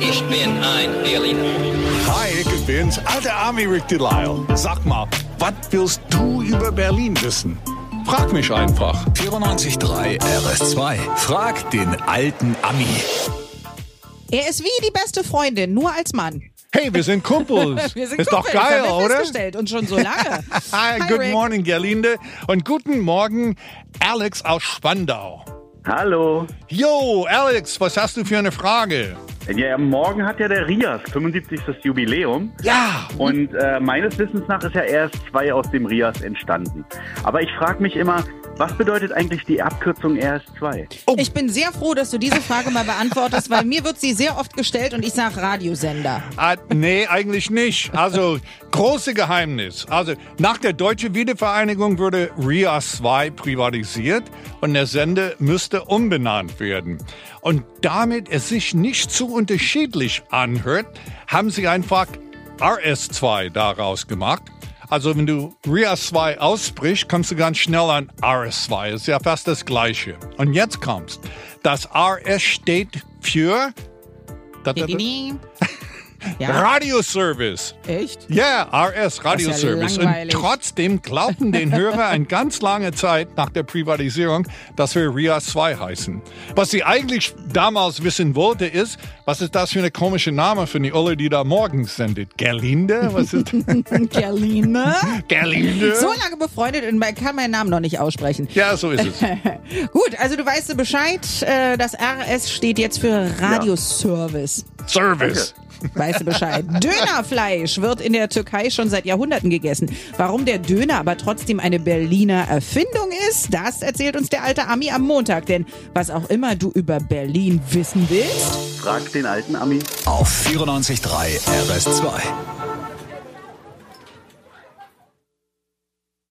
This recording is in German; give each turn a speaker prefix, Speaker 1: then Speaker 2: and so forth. Speaker 1: Ich bin ein Berliner.
Speaker 2: Hi, ich bin's, alter Army Rick Delisle. Sag mal, was willst du über Berlin wissen? Frag mich einfach.
Speaker 3: 94.3 RS2. Frag den alten Ami.
Speaker 4: Er ist wie die beste Freundin, nur als Mann.
Speaker 2: Hey, wir sind Kumpels.
Speaker 4: Wir sind
Speaker 2: ist doch
Speaker 4: Kumpels,
Speaker 2: geil,
Speaker 4: haben wir
Speaker 2: oder?
Speaker 4: Festgestellt. Und schon so lange.
Speaker 2: Hi,
Speaker 4: Hi,
Speaker 2: good
Speaker 4: Rick.
Speaker 2: morning, Gerlinde. Und guten Morgen, Alex aus Spandau.
Speaker 5: Hallo.
Speaker 2: Yo, Alex, was hast du für eine Frage?
Speaker 5: Ja, morgen hat ja der Rias 75. Jubiläum.
Speaker 2: Ja.
Speaker 5: Und äh, meines Wissens nach ist ja erst zwei aus dem Rias entstanden. Aber ich frage mich immer, was bedeutet eigentlich die Abkürzung RS2?
Speaker 2: Oh.
Speaker 4: Ich bin sehr froh, dass du diese Frage mal beantwortest, weil mir wird sie sehr oft gestellt und ich sage Radiosender.
Speaker 2: Ah, nee, eigentlich nicht. Also, große Geheimnis. Also, nach der deutschen Wiedervereinigung wurde RIA 2 privatisiert und der Sender müsste umbenannt werden. Und damit es sich nicht zu unterschiedlich anhört, haben sie einfach RS2 daraus gemacht. Also, wenn du RIA 2 aussprichst, kommst du ganz schnell an RS2. Ist ja fast das Gleiche. Und jetzt kommst. Das RS steht für...
Speaker 4: Ja,
Speaker 2: Radio Service.
Speaker 4: echt?
Speaker 2: Ja, RS, Radio
Speaker 4: Das ist ja
Speaker 2: Service. Und
Speaker 4: langweilig.
Speaker 2: trotzdem glaubten den Hörer eine ganz lange Zeit nach der Privatisierung, dass wir RIA 2 heißen. Was sie eigentlich damals wissen wollte, ist, was ist das für eine komische Name für die Olle, die da morgens sendet? Gerlinde? Was ist
Speaker 4: Gerline?
Speaker 2: Gerlinde?
Speaker 4: So lange befreundet und man kann meinen Namen noch nicht aussprechen.
Speaker 2: Ja, so ist es.
Speaker 4: Gut, also du weißt Bescheid, äh, das RS steht jetzt für Radioservice.
Speaker 2: Service.
Speaker 4: Weißt du Bescheid. Dönerfleisch wird in der Türkei schon seit Jahrhunderten gegessen. Warum der Döner aber trotzdem eine Berliner Erfindung ist, das erzählt uns der alte Ami am Montag. Denn was auch immer du über Berlin wissen willst,
Speaker 5: Frag den alten Ami.
Speaker 3: Auf 94.3 RS2.